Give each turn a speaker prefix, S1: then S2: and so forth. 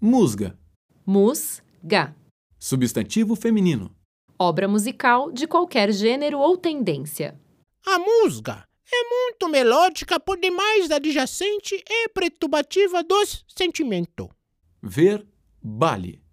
S1: Musga,
S2: Musga.
S1: substantivo feminino.
S2: Obra musical de qualquer gênero ou tendência.
S3: A musga é muito melódica por demais adjacente e perturbativa dos sentimentos.
S1: Ver, bale.